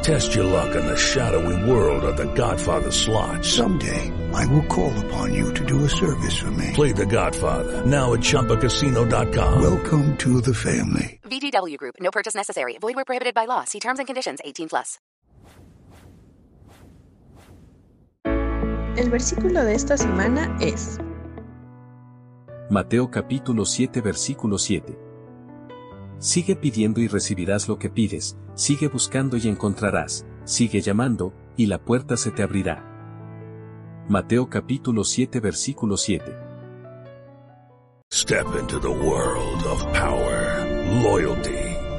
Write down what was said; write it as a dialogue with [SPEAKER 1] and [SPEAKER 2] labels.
[SPEAKER 1] Test your luck in the shadowy world of The Godfather slot.
[SPEAKER 2] Someday, I will call upon you to do a service for me.
[SPEAKER 1] Play The Godfather now at ChumbaCasino.com.
[SPEAKER 2] Welcome to the family.
[SPEAKER 3] VGW Group. No purchase necessary. Void where prohibited by law. See terms and conditions. 18 plus.
[SPEAKER 4] El versículo de esta semana es
[SPEAKER 5] Mateo capítulo 7 versículo 7. Sigue pidiendo y recibirás lo que pides, sigue buscando y encontrarás, sigue llamando, y la puerta se te abrirá. Mateo capítulo 7 versículo 7.
[SPEAKER 1] Step into the world of power, loyalty,